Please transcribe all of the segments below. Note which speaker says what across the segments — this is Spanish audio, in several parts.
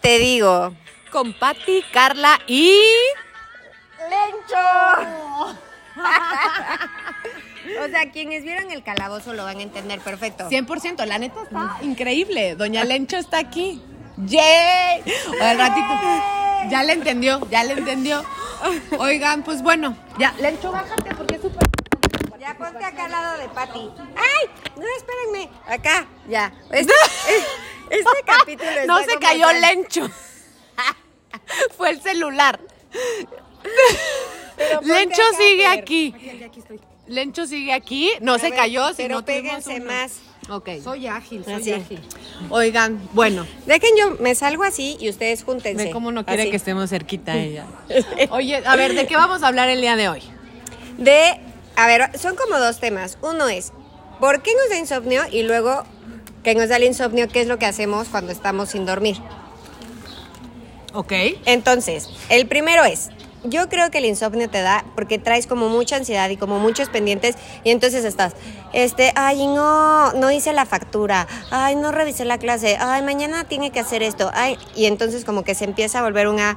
Speaker 1: te digo.
Speaker 2: Con Patti, Carla y.
Speaker 1: ¡Lencho! o sea, quienes vieron el calabozo lo van a entender perfecto.
Speaker 2: 100%, la neta está increíble. Doña Lencho está aquí. ¡Yay! Al ratito. Ya le entendió, ya le entendió. Oigan, pues bueno, ya, Lencho, bájate porque es súper.
Speaker 1: Ya ponte acá al lado de Patti. ¡Ay! No, espérenme. Acá, ya. Este, este capítulo está
Speaker 2: No se
Speaker 1: como
Speaker 2: cayó
Speaker 1: tan-
Speaker 2: Lencho. Fue el celular.
Speaker 1: Pero ponte
Speaker 2: Lencho
Speaker 1: acá,
Speaker 2: sigue
Speaker 1: Fer.
Speaker 2: aquí. Lencho sigue aquí. No se
Speaker 1: ver,
Speaker 2: cayó, si
Speaker 1: pero
Speaker 2: no tuvimos
Speaker 1: péguense
Speaker 2: uno.
Speaker 1: más.
Speaker 2: Ok.
Speaker 3: Soy ágil, soy
Speaker 1: Así.
Speaker 3: ágil.
Speaker 2: Oigan, bueno.
Speaker 1: Dejen yo, me salgo así y ustedes júntense.
Speaker 2: Ve cómo no quiere
Speaker 1: Así.
Speaker 2: que estemos cerquita a ella. Oye, a ver, ¿de qué vamos a hablar el día de hoy?
Speaker 1: De, a ver, son como dos temas. Uno es, ¿por qué nos da insomnio? Y luego, que nos da el insomnio, ¿qué es lo que hacemos cuando estamos sin dormir?
Speaker 2: Ok.
Speaker 1: Entonces, el primero es, yo creo que el insomnio te da porque traes como mucha ansiedad y como muchos pendientes y entonces estás, este, ay, no, no hice la factura, ay, no revisé la clase, ay, mañana tiene que hacer esto, ay, y entonces como que se empieza a volver una...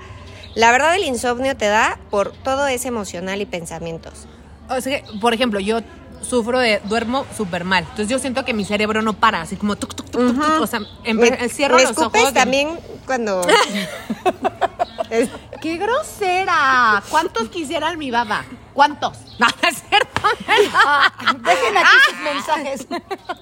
Speaker 1: La verdad, el insomnio te da por todo ese emocional y pensamientos.
Speaker 2: O sea, que, por ejemplo, yo sufro de duermo súper mal. Entonces yo siento que mi cerebro no para, así como tuk tuk tuk tuk, tuk. o sea, em-
Speaker 1: Me-
Speaker 2: cierro
Speaker 1: me
Speaker 2: los
Speaker 1: escupes
Speaker 2: ojos. y-
Speaker 1: también cuando... Es-
Speaker 2: ¡Qué grosera! ¿Cuántos quisieran mi baba? ¿Cuántos? No, no es cierto.
Speaker 3: Dejen aquí sus mensajes.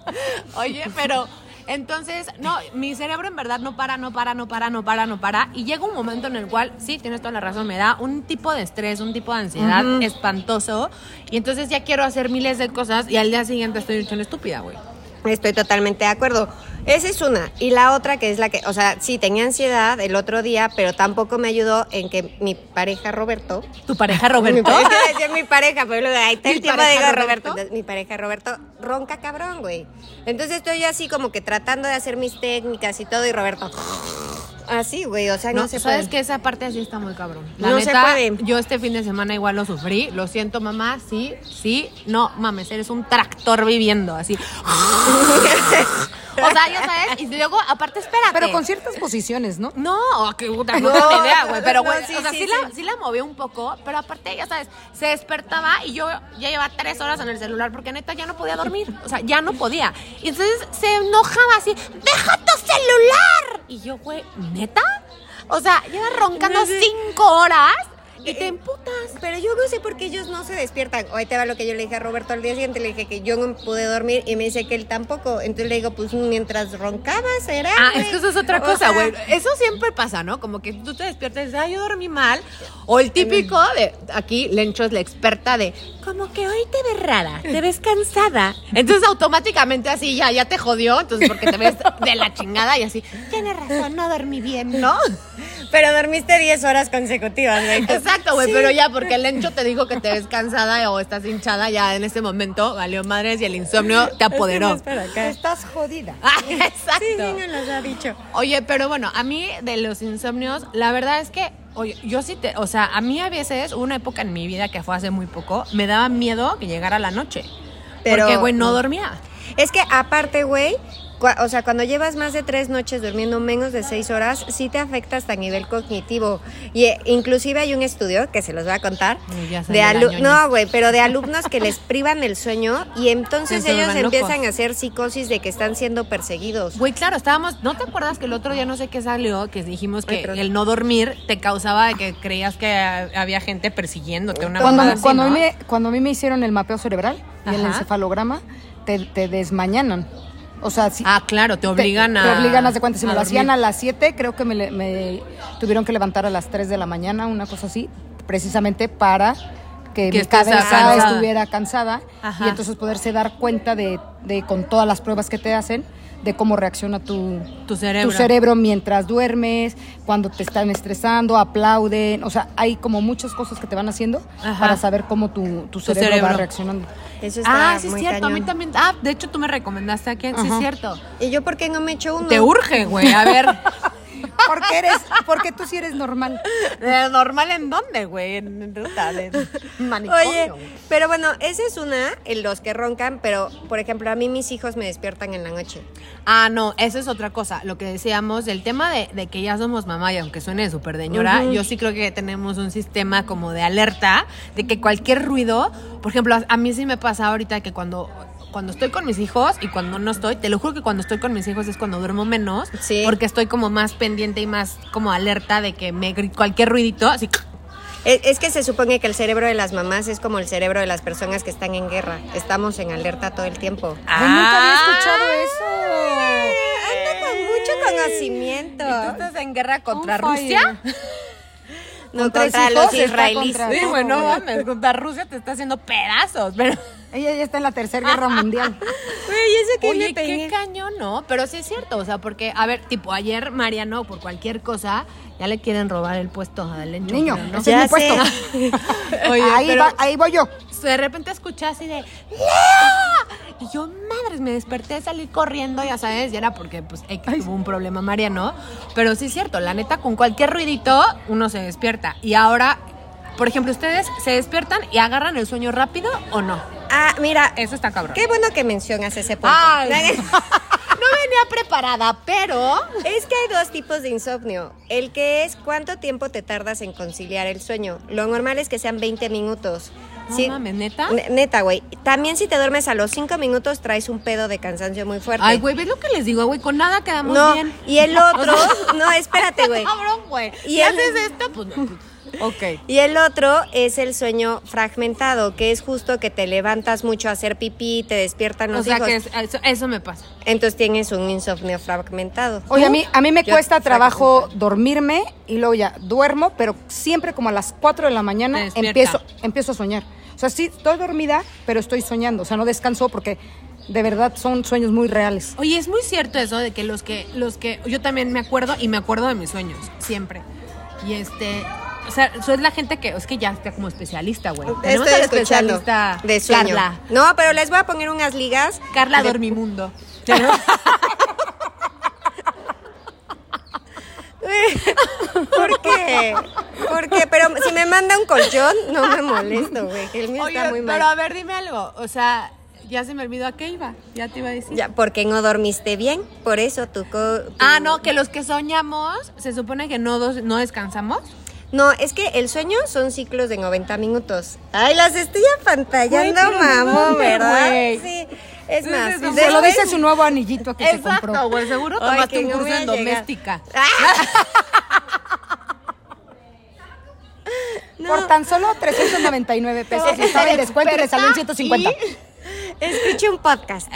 Speaker 2: Oye, pero entonces, no, mi cerebro en verdad no para, no para, no para, no para, no para. Y llega un momento en el cual, sí, tienes toda la razón, me da un tipo de estrés, un tipo de ansiedad espantoso. Y entonces ya quiero hacer miles de cosas y al día siguiente estoy hecho una estúpida, güey.
Speaker 1: Estoy totalmente de acuerdo. Esa es una. Y la otra que es la que, o sea, sí tenía ansiedad el otro día, pero tampoco me ayudó en que mi pareja Roberto.
Speaker 2: ¿Tu pareja
Speaker 1: Mi
Speaker 2: Roberto?
Speaker 1: pareja, iba a decir mi pareja, pero luego, ahí todo
Speaker 2: ¿Mi
Speaker 1: el tiempo
Speaker 2: pareja
Speaker 1: digo Roberto.
Speaker 2: Roberto?
Speaker 1: Entonces, mi pareja Roberto ronca cabrón, güey. Entonces estoy yo así como que tratando de hacer mis técnicas y todo, y Roberto. Así, güey, o sea, no,
Speaker 2: No,
Speaker 1: se
Speaker 2: sabes
Speaker 1: puede.
Speaker 2: que esa parte así está muy cabrón. La
Speaker 1: No se
Speaker 2: neta,
Speaker 1: puede.
Speaker 2: yo este fin de semana igual lo sufrí. Lo siento, mamá. Sí, sí. No, mames, eres un tractor viviendo así. O sea, ya sabes. Y luego, aparte, espérate.
Speaker 3: Pero con ciertas posiciones, ¿no?
Speaker 2: No, ah, qué puta, no
Speaker 1: No,
Speaker 2: tengo ni idea, güey. Pero,
Speaker 1: no,
Speaker 2: güey,
Speaker 1: sí,
Speaker 2: o sea, sí,
Speaker 1: sí,
Speaker 2: la,
Speaker 1: sí.
Speaker 2: sí la moví un poco, pero aparte, ya sabes, se despertaba y yo ya llevaba tres horas en el celular porque neta ya no podía dormir. O sea, ya no podía. Y entonces se enojaba así, ¡deja tu celular! Y yo, güey, ¿neta? O sea, lleva roncando
Speaker 1: No sé. Eh,
Speaker 2: cinco horas y te emputas.
Speaker 1: Pero yo no sé por qué ellos no se despiertan. Hoy te va lo que yo le dije a Roberto al día siguiente. Le dije que yo no pude dormir y me dice que él tampoco. Entonces le digo, pues mientras roncabas era.
Speaker 2: Ah,
Speaker 1: güey.
Speaker 2: es que eso es otra
Speaker 1: O
Speaker 2: cosa,
Speaker 1: sea,
Speaker 2: güey. Eso siempre pasa, ¿no? Como que tú te despiertas y dices, ay, yo dormí mal. O el típico
Speaker 1: Mm.
Speaker 2: de, aquí Lencho es la experta de, como que hoy te ves rara, te ves cansada. Entonces automáticamente así ya, ya te jodió, entonces porque te ves de la chingada y así, tienes razón, no dormí bien, ¿no?
Speaker 1: Pero dormiste 10 horas consecutivas, güey.
Speaker 2: Exacto, güey, pero ya porque el Lencho te dijo que te ves cansada o estás hinchada, ya en ese momento valió madres y el insomnio te apoderó.
Speaker 3: Estás jodida.
Speaker 2: Ah, exacto.
Speaker 1: nos ha dicho.
Speaker 2: Oye, pero bueno, a mí de los insomnios, la verdad es que oye, yo sí te, o sea, a mí a veces hubo una época en mi vida que fue hace muy poco, me daba miedo que llegara la noche.
Speaker 1: Pero-
Speaker 2: porque güey no dormía.
Speaker 1: Es que aparte, güey, cua- o sea, cuando llevas más de tres noches durmiendo menos de seis horas, sí te afecta hasta a nivel cognitivo. Y eh, inclusive hay un estudio que se los voy a contar
Speaker 2: Uy, ya salió
Speaker 1: de
Speaker 2: la
Speaker 1: alu-
Speaker 2: ñoña.
Speaker 1: no, güey, pero de alumnos que les privan el sueño y entonces
Speaker 2: Sí, se
Speaker 1: ellos
Speaker 2: vuelven locos.
Speaker 1: empiezan a hacer psicosis de que están siendo perseguidos.
Speaker 2: Güey, claro, estábamos, ¿no te acuerdas que el otro día no sé qué salió que dijimos que
Speaker 1: Retro.
Speaker 2: el no dormir te causaba de que creías que ah, había gente persiguiéndote una
Speaker 3: Cuando,
Speaker 2: mamada así,
Speaker 3: cuando, a
Speaker 2: ¿no?
Speaker 3: mí me, cuando a mí me hicieron el mapeo cerebral y el
Speaker 2: Ajá.
Speaker 3: encefalograma, te, te desmañanan. O sea, si,
Speaker 2: Ah, claro, te obligan a
Speaker 3: Te obligan, haz de cuenta. Si me lo
Speaker 2: dormir.
Speaker 3: hacían a las 7, creo que me, le- me tuvieron que levantar a las 3 de la mañana, una cosa así, precisamente para que,
Speaker 2: Que
Speaker 3: mi
Speaker 2: estés
Speaker 3: cabeza
Speaker 2: cansada.
Speaker 3: estuviera cansada
Speaker 2: Ajá.
Speaker 3: y entonces poderse dar cuenta de, de, con todas las pruebas que te hacen, de cómo reacciona tu,
Speaker 2: Tu cerebro.
Speaker 3: tu cerebro mientras duermes, cuando te están estresando, aplauden. O sea, hay como muchas cosas que te van haciendo
Speaker 2: Ajá.
Speaker 3: para saber cómo tu, tu cerebro, va
Speaker 2: cerebro.
Speaker 3: reaccionando.
Speaker 1: Eso está
Speaker 2: Ah, sí es
Speaker 1: muy
Speaker 2: cierto, a mí
Speaker 1: cañón.
Speaker 2: también. Ah, de hecho tú me recomendaste a quién, sí es
Speaker 3: Ajá.
Speaker 2: cierto.
Speaker 1: ¿Y yo por qué no me echo uno?
Speaker 2: Te urge, güey, a ver.
Speaker 3: Porque eres, porque tú sí eres normal.
Speaker 2: Eh, ¿Normal en dónde, güey? En en ruta, en manicomio.
Speaker 1: Oye, pero bueno, esa es una, en los que roncan, pero por ejemplo, a mí mis hijos me despiertan en la noche.
Speaker 2: Ah, no, eso es otra cosa. Lo que decíamos, el tema de, de que ya somos mamá y aunque suene súper de ñora, yo sí creo que tenemos un sistema como de alerta de que cualquier ruido, por ejemplo, a, a mí sí me pasa ahorita que cuando... Cuando estoy con mis hijos y cuando no estoy, te lo juro que cuando estoy con mis hijos es cuando duermo menos,
Speaker 1: Sí.
Speaker 2: porque estoy como más pendiente y más como alerta de que me gri- cualquier ruidito, así
Speaker 1: Es, es que se supone que el cerebro de las mamás es como el cerebro de las personas que están en guerra. Estamos en alerta todo el tiempo.
Speaker 3: Ay, nunca había
Speaker 2: Ah.
Speaker 3: escuchado eso.
Speaker 1: Anda con mucho conocimiento.
Speaker 2: ¿Y tú estás en guerra contra
Speaker 3: On fire.
Speaker 2: Rusia?
Speaker 1: No
Speaker 3: Con tres
Speaker 1: contra
Speaker 3: hijos
Speaker 1: los
Speaker 3: está
Speaker 1: israelíes.
Speaker 3: contra-
Speaker 2: Sí,
Speaker 3: No,
Speaker 2: bueno,
Speaker 3: güey.
Speaker 2: mames, contra Rusia te está haciendo pedazos, pero...
Speaker 3: Ella ya está en la tercera guerra mundial.
Speaker 1: Güey, eso que
Speaker 2: Oye,
Speaker 1: le
Speaker 2: qué
Speaker 1: pegué.
Speaker 2: cañón, ¿no? Pero sí es cierto, o sea, porque, a ver, tipo, ayer Mariano, por cualquier cosa, ya le quieren robar el puesto a Lencho.
Speaker 3: Niño,
Speaker 2: pero
Speaker 3: ese es mi
Speaker 1: Ya sé.
Speaker 3: puesto.
Speaker 2: Oye,
Speaker 3: ahí,
Speaker 2: pero-
Speaker 3: va- ahí voy yo.
Speaker 2: De repente escuché así de ¡Lea! Y yo, madres, me desperté, salí corriendo, ya sabes, y era porque pues eh, que tuvo un problema Mariano. Pero sí es cierto, la neta, con cualquier ruidito uno se despierta. Y ahora, por ejemplo, ¿ustedes se despiertan y agarran el sueño rápido o no?
Speaker 1: Ah, mira,
Speaker 2: Eso está cabrón.
Speaker 1: qué bueno que mencionas ese punto.
Speaker 2: Ay, no venía preparada, pero...
Speaker 1: Es que hay dos tipos de insomnio. El que es cuánto tiempo te tardas en conciliar el sueño. Lo normal es que sean 20 minutos.
Speaker 2: No
Speaker 1: Sí.
Speaker 2: mames, ¿neta?
Speaker 1: Ne- Neta, güey. También si te duermes a los 5 minutos traes un pedo de cansancio muy fuerte.
Speaker 2: Ay, güey, ¿ves lo que les digo, güey? Con nada quedamos
Speaker 1: No,
Speaker 2: bien.
Speaker 1: y el otro, no, espérate, güey.
Speaker 2: Cabrón, güey.
Speaker 1: Y
Speaker 2: Y
Speaker 1: el-
Speaker 2: haces esto, pues... no, pues,
Speaker 3: Ok.
Speaker 1: Y el otro es el sueño fragmentado, que es justo que te levantas mucho a hacer pipí, te despiertan los
Speaker 2: o sea
Speaker 1: hijos.
Speaker 2: que es- eso- eso me pasa.
Speaker 1: Entonces tienes un insomnio fragmentado.
Speaker 3: Oye, a mí, a mí me
Speaker 2: Yo-
Speaker 3: cuesta trabajo dormirme y luego ya duermo, pero siempre como a las 4 de la
Speaker 2: Te
Speaker 3: mañana
Speaker 2: despierta.
Speaker 3: empiezo, empiezo a soñar. O sea, sí, estoy dormida, pero estoy soñando. O sea, no descanso porque de verdad son sueños muy reales.
Speaker 2: Oye, es muy cierto eso de que los que los que yo también me acuerdo y me acuerdo de mis sueños siempre. Y este, o sea, eso es la gente que es que ya está como especialista, güey. Tenemos a
Speaker 1: Estoy
Speaker 2: la
Speaker 1: escuchando
Speaker 2: especialista
Speaker 1: de sueño.
Speaker 2: Carla,
Speaker 1: No, pero les voy a poner unas ligas.
Speaker 2: Carla
Speaker 1: de-
Speaker 2: Dormimundo.
Speaker 1: ¿Por qué? ¿Por qué? Pero si me manda un colchón, no me molesto, güey. que El mío
Speaker 2: Oye,
Speaker 1: está muy mal.
Speaker 2: pero a ver, dime algo, o sea, ya se me olvidó a qué iba. Ya te iba a decir.
Speaker 1: Ya, porque no dormiste bien, por eso tu, co- tu-
Speaker 2: Ah, no, que los que soñamos se supone que no dos- no descansamos.
Speaker 1: No, es que el sueño son ciclos de 90 minutos. Ay, las estoy apantallando,
Speaker 2: Güey, pero no
Speaker 1: mamón,
Speaker 2: mames,
Speaker 1: ¿verdad?
Speaker 2: güey.
Speaker 1: Sí. Es
Speaker 2: Sí,
Speaker 1: más,
Speaker 2: sí, sí.
Speaker 1: de-
Speaker 3: Se lo dice su nuevo anillito que se compró.
Speaker 2: Exacto, güey, seguro
Speaker 1: Ay,
Speaker 2: tomaste
Speaker 1: que
Speaker 2: un
Speaker 1: no
Speaker 2: curso
Speaker 1: voy a
Speaker 2: en
Speaker 1: llegar.
Speaker 2: doméstica.
Speaker 3: Por tan solo 399 pesos.
Speaker 1: No,
Speaker 3: Estaba en
Speaker 1: se
Speaker 3: descuento y le salió en 150.
Speaker 1: Escuché un podcast.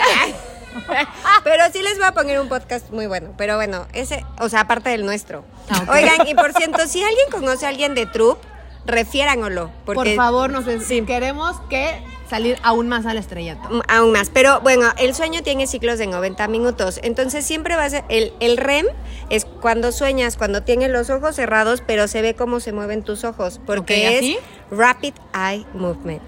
Speaker 1: Pero sí les voy a poner un podcast muy bueno. Pero bueno, ese, o sea, aparte del nuestro.
Speaker 2: Ah, ok.
Speaker 1: Oigan, y por cierto, si alguien conoce a alguien de Troop, refiéranlo. Porque
Speaker 2: Por favor, nos queremos que salir aún más al estrellato.
Speaker 1: Mm, Aún más. Pero bueno, el sueño tiene ciclos de 90 minutos. Entonces siempre va a ser. El, el REM es cuando sueñas, cuando tienes los ojos cerrados, pero se ve cómo se mueven tus ojos. Porque
Speaker 2: Ok,
Speaker 1: es
Speaker 2: ¿así?
Speaker 1: Rapid Eye Movement.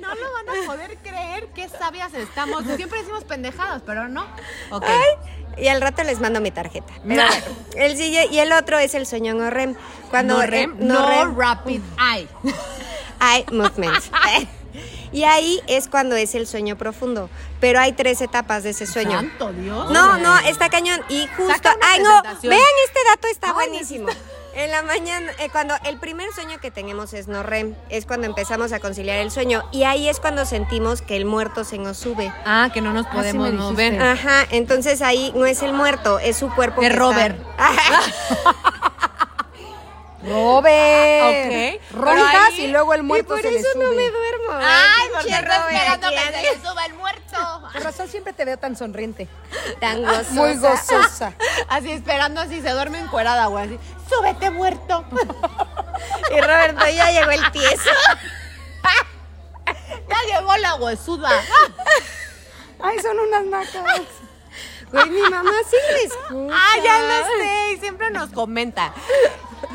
Speaker 2: No lo van a poder creer qué sabias estamos. Siempre decimos pendejadas, pero no. Ok.
Speaker 1: Y al rato les mando mi tarjeta. Pero bueno, el sigue- y el otro es el sueño no REM. Cuando
Speaker 2: no
Speaker 1: eh,
Speaker 2: rem,
Speaker 1: no
Speaker 2: no,
Speaker 1: REM,
Speaker 2: rapid eye.
Speaker 1: eye movement. y ahí es cuando es el sueño profundo. Pero hay tres etapas de ese sueño.
Speaker 2: Santo Dios.
Speaker 1: No, no, está cañón. Y justo.
Speaker 2: Oh, Saca una
Speaker 1: Ay, no. Vean
Speaker 2: presentación.
Speaker 1: este dato, está
Speaker 2: Ay,
Speaker 1: buenísimo. En la mañana, eh, cuando el primer sueño que tenemos es no REM, es cuando empezamos a conciliar el sueño. Y ahí es cuando sentimos que el muerto se nos sube.
Speaker 2: Ah, que no nos podemos
Speaker 3: me
Speaker 2: mover.
Speaker 3: dijiste.
Speaker 1: Ajá, entonces ahí no es el muerto, es su cuerpo.
Speaker 2: Es
Speaker 1: que está-
Speaker 2: Robert.
Speaker 3: Robert.
Speaker 2: Ok.
Speaker 3: Roncas
Speaker 2: Pero ahí-
Speaker 3: y luego el
Speaker 1: Y
Speaker 3: muerto
Speaker 1: por
Speaker 3: se le
Speaker 1: eso
Speaker 3: sube.
Speaker 1: no me duermo. pinche Robert aquí anda
Speaker 2: suba el muerto.
Speaker 3: Por razón siempre te veo tan sonriente.
Speaker 1: tan gozosa.
Speaker 3: Muy gozosa.
Speaker 2: Así esperando así se duerme encuerada, güey. Así, súbete muerto.
Speaker 1: Y Roberto ya llegó el tieso.
Speaker 2: Ya llegó la huesuda.
Speaker 3: Ay, son unas macas.
Speaker 1: Güey, mi mamá sí les
Speaker 2: Ah, ya lo sé, y siempre nos comenta.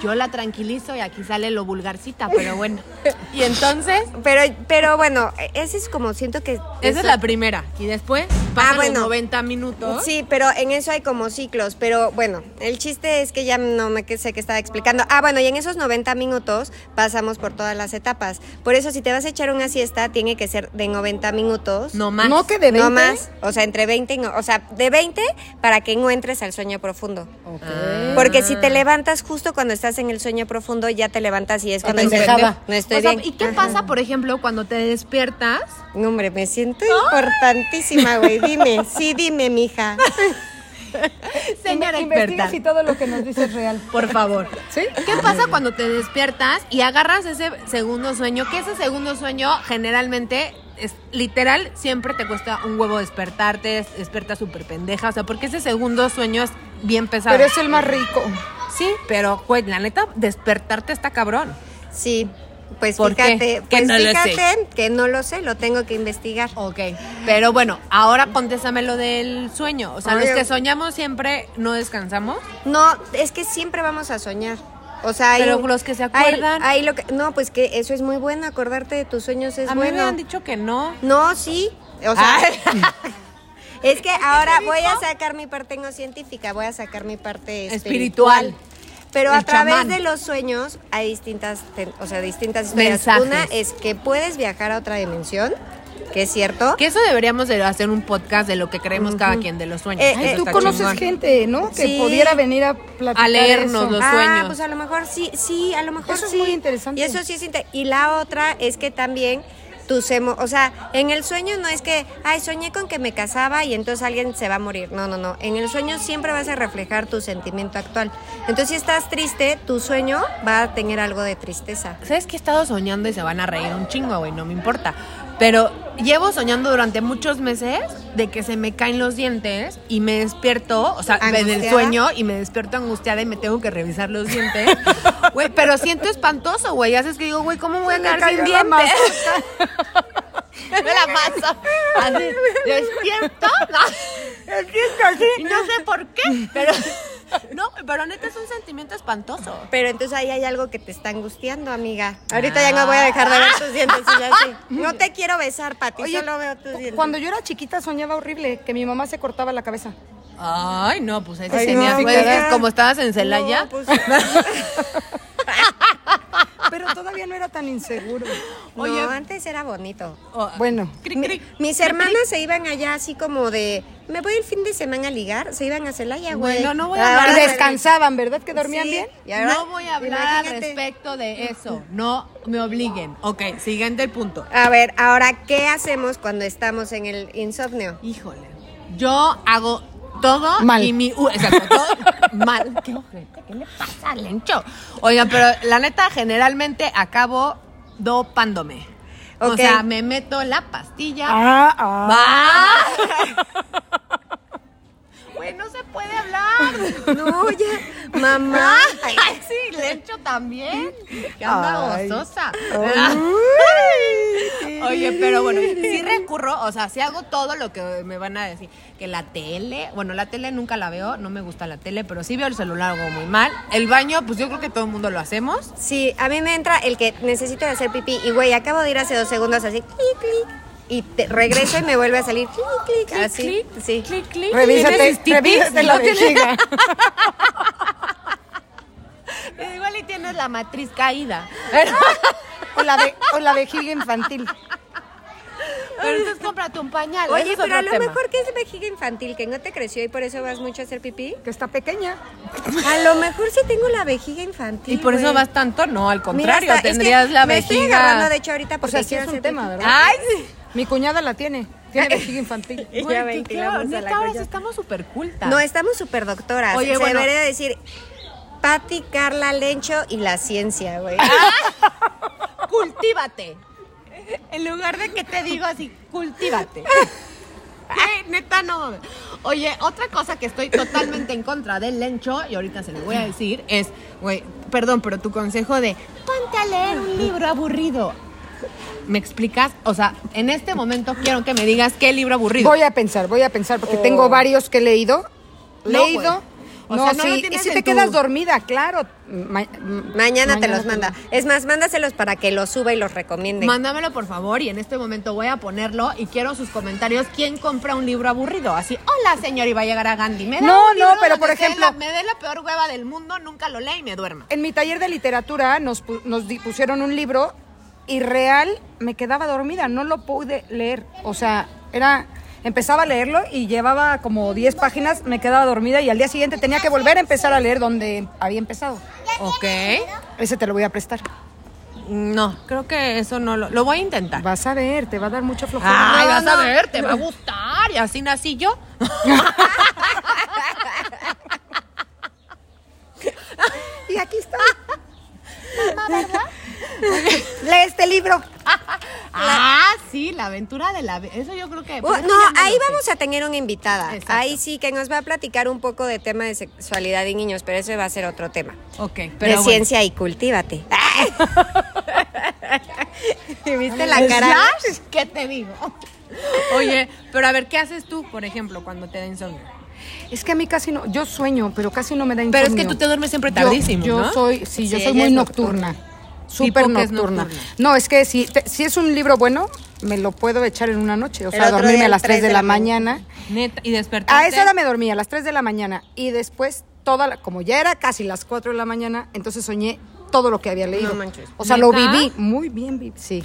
Speaker 2: Yo la tranquilizo y aquí sale lo vulgarcita, pero bueno. Y entonces,
Speaker 1: Pero, pero bueno, e, ese es como siento que.
Speaker 2: esa es la primera. Y después, pasan
Speaker 1: bueno.
Speaker 2: los 90 minutos.
Speaker 1: Sí, pero en eso hay como ciclos. Pero bueno, el chiste es que ya no me que- sé qué estaba explicando. Ah, bueno, y en esos 90 minutos pasamos por todas las etapas. Por eso, si te vas a echar una siesta, tiene que ser de 90 minutos.
Speaker 2: No más.
Speaker 3: No que de 20.
Speaker 1: No más. O sea, entre 20 y no- O sea, de 20 para que no entres al sueño profundo.
Speaker 3: Ok.
Speaker 1: Porque si
Speaker 2: Ah.
Speaker 1: te levantas justo cuando estás en el sueño profundo, ya te levantas y es cuando dices,
Speaker 3: pendejada.
Speaker 1: no estoy
Speaker 2: O sea,
Speaker 1: bien.
Speaker 2: ¿Y qué
Speaker 1: Ajá.
Speaker 2: pasa, por ejemplo, cuando te despiertas?
Speaker 1: No, hombre, me siento importantísima, güey. Dime, sí, dime, mija.
Speaker 2: Señora
Speaker 3: Inve- investiga
Speaker 2: experta.
Speaker 3: si todo lo que nos dice es real.
Speaker 2: Por favor.
Speaker 3: ¿Sí?
Speaker 2: ¿Qué pasa cuando te despiertas y agarras ese segundo sueño? Que ese segundo sueño generalmente es literal, siempre te cuesta un huevo despertarte, es- despiertas súper pendeja. O sea, porque ese segundo sueño es bien pesado.
Speaker 3: Pero es el más rico.
Speaker 2: Sí, pero, güey, la neta, despertarte está cabrón.
Speaker 1: Sí, pues
Speaker 2: ¿Por qué?
Speaker 1: fíjate,
Speaker 2: Que
Speaker 1: pues
Speaker 2: no lo
Speaker 1: fíjate
Speaker 2: sé.
Speaker 1: que no lo sé, lo tengo que investigar.
Speaker 2: Ok. Pero bueno, ahora contéstame lo del sueño. O sea, los
Speaker 1: Oye.
Speaker 2: que soñamos siempre no descansamos.
Speaker 1: No, es que siempre vamos a soñar. O sea, hay
Speaker 2: Pero
Speaker 1: un-
Speaker 2: los que se
Speaker 1: hay-
Speaker 2: acuerdan.
Speaker 1: hay lo que, no, pues que eso es muy bueno, acordarte de tus sueños es
Speaker 2: A mí
Speaker 1: bueno.
Speaker 2: me han Ah. dicho que no.
Speaker 1: No, sí. O sea, es que ahora
Speaker 2: te
Speaker 1: voy a
Speaker 2: dijo?
Speaker 1: sacar mi parte no científica, voy a sacar mi parte
Speaker 2: Espiritual.
Speaker 1: espiritual. Pero
Speaker 2: El
Speaker 1: a través
Speaker 2: chamán.
Speaker 1: de los sueños hay distintas, ten- o sea, distintas historias.
Speaker 2: Mensajes.
Speaker 1: Una es que puedes viajar a otra dimensión, que es cierto.
Speaker 2: Que eso deberíamos de hacer un podcast de lo que creemos cada quien de los sueños.
Speaker 1: Eh,
Speaker 2: Eso
Speaker 1: eh,
Speaker 3: Ay, tú
Speaker 2: está
Speaker 3: conoces
Speaker 2: chingón.
Speaker 3: gente, ¿no? Que
Speaker 1: Sí.
Speaker 3: pudiera venir a platicar
Speaker 2: A leernos
Speaker 3: eso.
Speaker 2: los-
Speaker 1: ah,
Speaker 2: sueños.
Speaker 1: pues a lo mejor sí, sí, a lo mejor
Speaker 3: Eso es
Speaker 1: sí.
Speaker 3: muy interesante.
Speaker 1: Y eso sí es inter- Y la otra es que también tus emo- o sea, en el sueño no es que, ay, soñé con que me casaba y entonces alguien se va a morir. No, no, no. En el sueño siempre vas a reflejar tu sentimiento actual. Entonces, si estás triste, tu sueño va a tener algo de tristeza.
Speaker 2: ¿Sabes que he estado soñando y se van a reír un chingo, güey? No me importa. Pero llevo soñando durante muchos meses de que se me caen los dientes y me despierto, o sea, en el
Speaker 1: ¿Angustiada?
Speaker 2: sueño y me despierto angustiada y me tengo que revisar los dientes. Güey, pero siento espantoso, güey. Ya sabes que digo, güey, ¿cómo voy a quedar sin
Speaker 3: cayó la
Speaker 2: dientes? Me la paso. Así, despierto. Y no sé por qué, pero. No, pero neta es un sentimiento espantoso.
Speaker 1: Pero entonces ahí hay algo que te está angustiando, amiga. Ahorita ya no voy a dejar de ver
Speaker 2: Ah.
Speaker 1: tus dientes y ya sé. No te quiero besar, Pati,
Speaker 3: Ah, Oye,
Speaker 1: solo veo tus dientes.
Speaker 3: cuando yo era chiquita soñaba horrible, que mi mamá se cortaba la cabeza.
Speaker 2: Ay, no, pues ahí
Speaker 1: Ay,
Speaker 2: sí tenías,
Speaker 1: no,
Speaker 2: güey,
Speaker 1: güey.
Speaker 2: es que como estabas en Celaya.
Speaker 1: No, pues-
Speaker 3: Pero todavía no era tan inseguro.
Speaker 2: Oye.
Speaker 1: No, antes era bonito.
Speaker 2: oh,
Speaker 3: Bueno,
Speaker 2: cri, cri.
Speaker 1: Mis hermanas se iban allá así como de, me voy el fin de semana a ligar, se iban a Celaya, güey.
Speaker 2: Bueno, no voy a
Speaker 1: Ahora
Speaker 2: hablar
Speaker 3: y
Speaker 2: de-
Speaker 1: se-
Speaker 3: descansaban, ¿verdad? Que dormían
Speaker 1: Sí,
Speaker 3: bien.
Speaker 1: y ahora-
Speaker 2: no voy a hablar al
Speaker 1: imagínate.
Speaker 2: respecto de eso. No me obliguen. Ok, siguiente punto.
Speaker 1: A ver, ahora, ¿qué hacemos cuando estamos en el insomnio?
Speaker 2: Híjole. Yo hago todo
Speaker 3: Mal.
Speaker 2: y mi. uh, exacto, todo mal. Qué ojete, ¿Qué le pasa, Lencho? Oiga, pero la neta, generalmente acabo dopándome. O
Speaker 1: Ok.
Speaker 2: sea, me meto la pastilla.
Speaker 3: Ah, ah.
Speaker 2: ¡Va! Güey, no se puede hablar.
Speaker 1: No, ya, mamá.
Speaker 2: Ay, sí, Lencho también. Que anda
Speaker 3: Ay.
Speaker 2: gozosa.
Speaker 3: Ay.
Speaker 2: Oye, pero bueno, sí recurro, o sea, sí hago todo lo que me van a decir. Que la tele, bueno, la tele nunca la veo, no me gusta la tele, pero sí veo el celular, hago muy mal. El baño, pues yo creo que todo el mundo lo hacemos.
Speaker 1: Sí, a mí me entra el que necesito de hacer pipí y, güey, acabo de ir hace dos segundos así, clic, clic, y te- regreso y me vuelve a salir, clic, clic, así. sí.
Speaker 2: clic, clic.
Speaker 3: Revísate,
Speaker 2: ¿Tienes
Speaker 3: revísate
Speaker 2: cistitis?
Speaker 3: la
Speaker 2: ¿No tienes?
Speaker 3: vejiga.
Speaker 2: Igual y tienes la matriz caída.
Speaker 3: O la, ve- o la vejiga infantil.
Speaker 2: Pero entonces cómprate un pañal. ese
Speaker 1: Oye,
Speaker 2: es
Speaker 1: pero
Speaker 2: otro
Speaker 1: a lo
Speaker 2: tema.
Speaker 1: mejor que es vejiga infantil, que no te creció y por eso vas mucho a hacer pipí.
Speaker 3: Que está pequeña.
Speaker 1: A lo mejor sí tengo la vejiga infantil.
Speaker 2: Y por eso
Speaker 1: güey.
Speaker 2: vas tanto, no, al
Speaker 1: Mira,
Speaker 2: contrario,
Speaker 1: hasta- es que
Speaker 2: tendrías la
Speaker 1: me
Speaker 2: vejiga.
Speaker 1: estoy agarrando, de hecho, ahorita
Speaker 3: O
Speaker 1: porque
Speaker 3: sea, sí
Speaker 1: quiero
Speaker 3: es un
Speaker 1: hacer
Speaker 3: tema,
Speaker 1: pipí.
Speaker 3: ¿verdad?
Speaker 2: Ay, sí.
Speaker 3: Mi cuñada la tiene. Tiene vejiga infantil.
Speaker 1: Y ya
Speaker 2: Güey, qué-
Speaker 1: ventilamos
Speaker 2: qué-
Speaker 1: a la
Speaker 2: neta, ahora
Speaker 1: Coyote.
Speaker 2: sí estamos súper cultas.
Speaker 1: No, estamos súper doctoras.
Speaker 2: Oye,
Speaker 1: Se
Speaker 2: bueno.
Speaker 1: debería decir Patti, Carla, Lencho y la ciencia, güey.
Speaker 2: cultívate. En lugar de que te digo así, cultívate. Güey, neta, no. Oye, otra cosa que estoy totalmente en contra del lencho, y ahorita se lo voy a decir, es, güey, perdón, pero tu consejo de ponte a leer un libro aburrido. ¿Me explicas? O sea, en este momento quiero que me digas qué libro aburrido.
Speaker 3: Voy a pensar, voy a pensar, porque tengo varios que he leído.
Speaker 2: No, güey.
Speaker 3: Leído.
Speaker 2: Oh. pues. O
Speaker 3: no,
Speaker 2: sea, no lo
Speaker 3: sí, y
Speaker 2: tienes
Speaker 3: si
Speaker 2: en
Speaker 3: te
Speaker 2: tu-
Speaker 3: quedas dormida, claro. Ma-
Speaker 1: Mañana, te los
Speaker 3: te
Speaker 1: manda.
Speaker 3: lo-
Speaker 1: Es más, mándaselos para que los suba y los recomiende.
Speaker 2: Mándamelo por favor y en este momento voy a ponerlo y quiero sus comentarios. ¿Quién compra un libro aburrido? Así, hola señor y va a llegar a Gandhi. Me da
Speaker 3: No,
Speaker 2: un libro
Speaker 3: no, pero
Speaker 2: donde
Speaker 3: por
Speaker 2: sea
Speaker 3: ejemplo-
Speaker 2: la- me dé la peor hueva del mundo, nunca lo leí y me duerma.
Speaker 3: En mi taller de literatura nos, pu- nos di- pusieron un libro y real me quedaba dormida, no lo pude leer. O sea, era empezaba a leerlo y llevaba como 10 páginas, me quedaba dormida y al día siguiente tenía que volver a empezar a leer donde había empezado.
Speaker 2: Ok.
Speaker 3: Ese te lo voy a prestar.
Speaker 2: No, creo que eso no lo, lo voy a intentar.
Speaker 3: Vas a ver, te va a dar mucha flojera.
Speaker 2: Ay,
Speaker 1: No,
Speaker 2: vas
Speaker 1: no.
Speaker 2: a ver, te va a gustar. Y así nací yo.
Speaker 3: Y aquí está.
Speaker 1: Lee este libro.
Speaker 2: Ah, sí, la aventura de la... Eso yo creo que...
Speaker 1: Uh, no, ahí vamos a tener una invitada.
Speaker 2: Exacto.
Speaker 1: Ahí sí que nos va a platicar un poco de tema de sexualidad y niños, pero ese va a ser otro tema.
Speaker 2: Ok,
Speaker 1: de
Speaker 2: pero bueno.
Speaker 1: ciencia y cultívate. ¿Y ¿Viste la cara?
Speaker 2: Slash, ¿Qué te digo? Oye, pero a ver, ¿qué haces tú, por ejemplo, cuando te da insomnio?
Speaker 3: Es que a mí casi no, yo sueño, pero casi no me da
Speaker 2: Pero
Speaker 3: insomnio.
Speaker 2: es que tú te duermes siempre
Speaker 3: Yo-
Speaker 2: tardísimo,
Speaker 3: yo,
Speaker 2: ¿no?
Speaker 3: soy, sí, yo
Speaker 1: Sí,
Speaker 3: soy
Speaker 1: ella
Speaker 3: muy
Speaker 1: es
Speaker 3: nocturna. Súper
Speaker 2: Tipo que es
Speaker 3: nocturna.
Speaker 2: nocturna.
Speaker 3: No, es que si, te- si es un libro bueno, me lo puedo echar en una noche. O
Speaker 1: El
Speaker 3: sea,
Speaker 1: otro
Speaker 3: dormirme
Speaker 1: día
Speaker 3: a las 3 de la
Speaker 1: ma-
Speaker 3: mañana.
Speaker 2: Neta, y despertaste.
Speaker 3: A esa hora me dormí, a las 3 de la mañana. Y después, toda la- como ya era casi las 4 de la mañana, entonces soñé todo lo que había leído.
Speaker 1: No manches.
Speaker 3: O sea, lo
Speaker 2: ¿Neta?
Speaker 3: viví muy bien, vi- sí.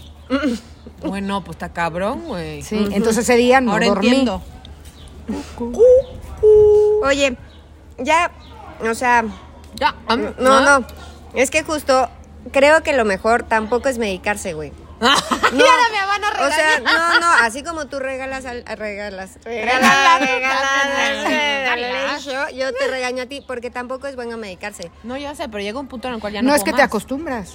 Speaker 2: Bueno, pues está cabrón, güey.
Speaker 3: sí. Entonces ese día no
Speaker 2: Ahora
Speaker 3: dormí.
Speaker 2: entiendo.
Speaker 1: Oye, ya, o sea,
Speaker 2: Ya, am,
Speaker 1: no,
Speaker 2: ah.
Speaker 1: no. Es que justo creo que lo mejor tampoco es medicarse, güey.
Speaker 2: y ahora me van a
Speaker 1: O sea,
Speaker 2: regañar.
Speaker 1: no, no, así como tú regalas, al- regalas, regalas,
Speaker 2: Regalas,
Speaker 1: regalas,
Speaker 2: regalas.
Speaker 1: regalas, yo- yo te regaño a ti porque tampoco es bueno medicarse.
Speaker 2: No, ya sé, pero llega un punto en el cual ya no
Speaker 3: No, es que
Speaker 2: puedo
Speaker 3: te
Speaker 2: más.
Speaker 3: acostumbras.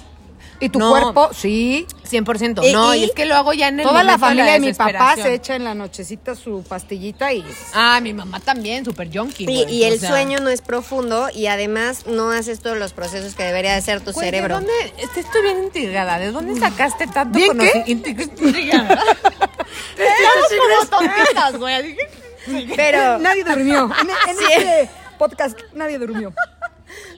Speaker 3: Y tu
Speaker 2: No.
Speaker 3: cuerpo, sí.
Speaker 2: 100%.
Speaker 1: ¿Y-
Speaker 2: no, y
Speaker 1: y?
Speaker 2: es que lo hago ya en el
Speaker 3: Toda la
Speaker 2: momento
Speaker 3: familia de mi papá
Speaker 2: desesperación.
Speaker 3: se echa en la nochecita su pastillita y...
Speaker 2: Ah, mi mamá también, súper yonki.
Speaker 1: Y,
Speaker 2: güey,
Speaker 1: y
Speaker 2: o
Speaker 1: el
Speaker 2: sea.
Speaker 1: sueño no es profundo y además no haces todos los procesos que debería hacer tu
Speaker 2: Güey, ¿de
Speaker 1: cerebro.
Speaker 2: dónde? Este- Estoy bien intrigada. ¿De dónde sacaste tanto
Speaker 3: ¿Bien qué?
Speaker 2: conocimiento? Intrigada. Estamos como tontitas, güey. así que-
Speaker 1: Pero,
Speaker 3: Nadie durmió. En, en
Speaker 1: Sí.
Speaker 3: este podcast nadie durmió.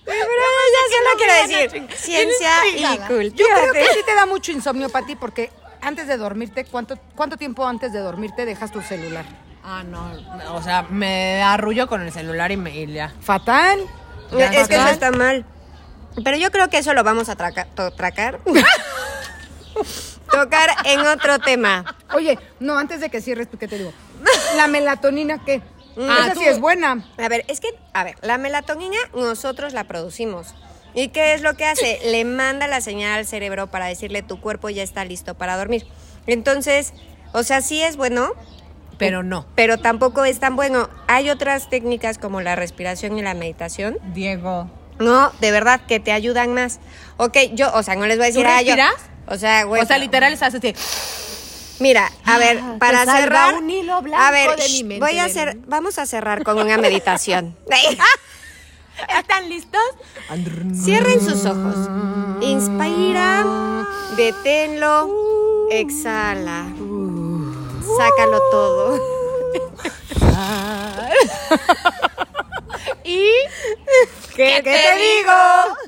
Speaker 1: pero ya sé lo quiero
Speaker 2: Bien
Speaker 1: decir. Ciencia y
Speaker 2: intrigada.
Speaker 3: Yo creo
Speaker 1: cultívate.
Speaker 3: que sí te da mucho insomnio para ti porque antes de dormirte, ¿cuánto, ¿cuánto tiempo antes de dormirte dejas tu celular?
Speaker 2: Ah, no. O sea, me arrullo con el celular y me y ya.
Speaker 3: Fatal. Eh,
Speaker 2: Ya
Speaker 1: Es que eso
Speaker 2: fatal.
Speaker 1: está mal. Pero yo creo que eso lo vamos a traca- to- tracar. Tocar en otro tema.
Speaker 3: Oye, no, antes de que cierres, ¿tú qué te digo? La melatonina, ¿qué?
Speaker 2: Ah,
Speaker 3: Esa
Speaker 2: tú-
Speaker 3: sí es buena.
Speaker 1: A ver, es que, a ver, la melatonina nosotros la producimos. ¿Y qué es lo que hace? Le manda la señal al cerebro para decirle tu cuerpo ya está listo para dormir. Entonces, o sea, sí es bueno,
Speaker 2: Pero no.
Speaker 1: pero tampoco es tan bueno. Hay otras técnicas como la respiración y la meditación.
Speaker 2: Diego.
Speaker 1: No, de verdad, que te ayudan más. Ok, yo, o sea, no les voy a decir,
Speaker 2: ¿Tú
Speaker 1: ah, yo-
Speaker 2: respiras?
Speaker 1: O sea, güey.
Speaker 2: o sea,
Speaker 1: no.
Speaker 2: literal es así.
Speaker 1: Mira, a ver,
Speaker 2: te
Speaker 1: para
Speaker 2: salva
Speaker 1: cerrar.
Speaker 2: pues un hilo blanco
Speaker 1: a ver,
Speaker 2: de mi
Speaker 1: shh,
Speaker 2: mente,
Speaker 1: voy a
Speaker 2: Belén.
Speaker 1: hacer, vamos a cerrar con una meditación.
Speaker 2: ¿Están listos?
Speaker 1: Cierren sus ojos. Inspira, deténlo, exhala. Sácalo todo.
Speaker 2: ¿Y
Speaker 1: ¿Qué,
Speaker 2: te
Speaker 1: digo?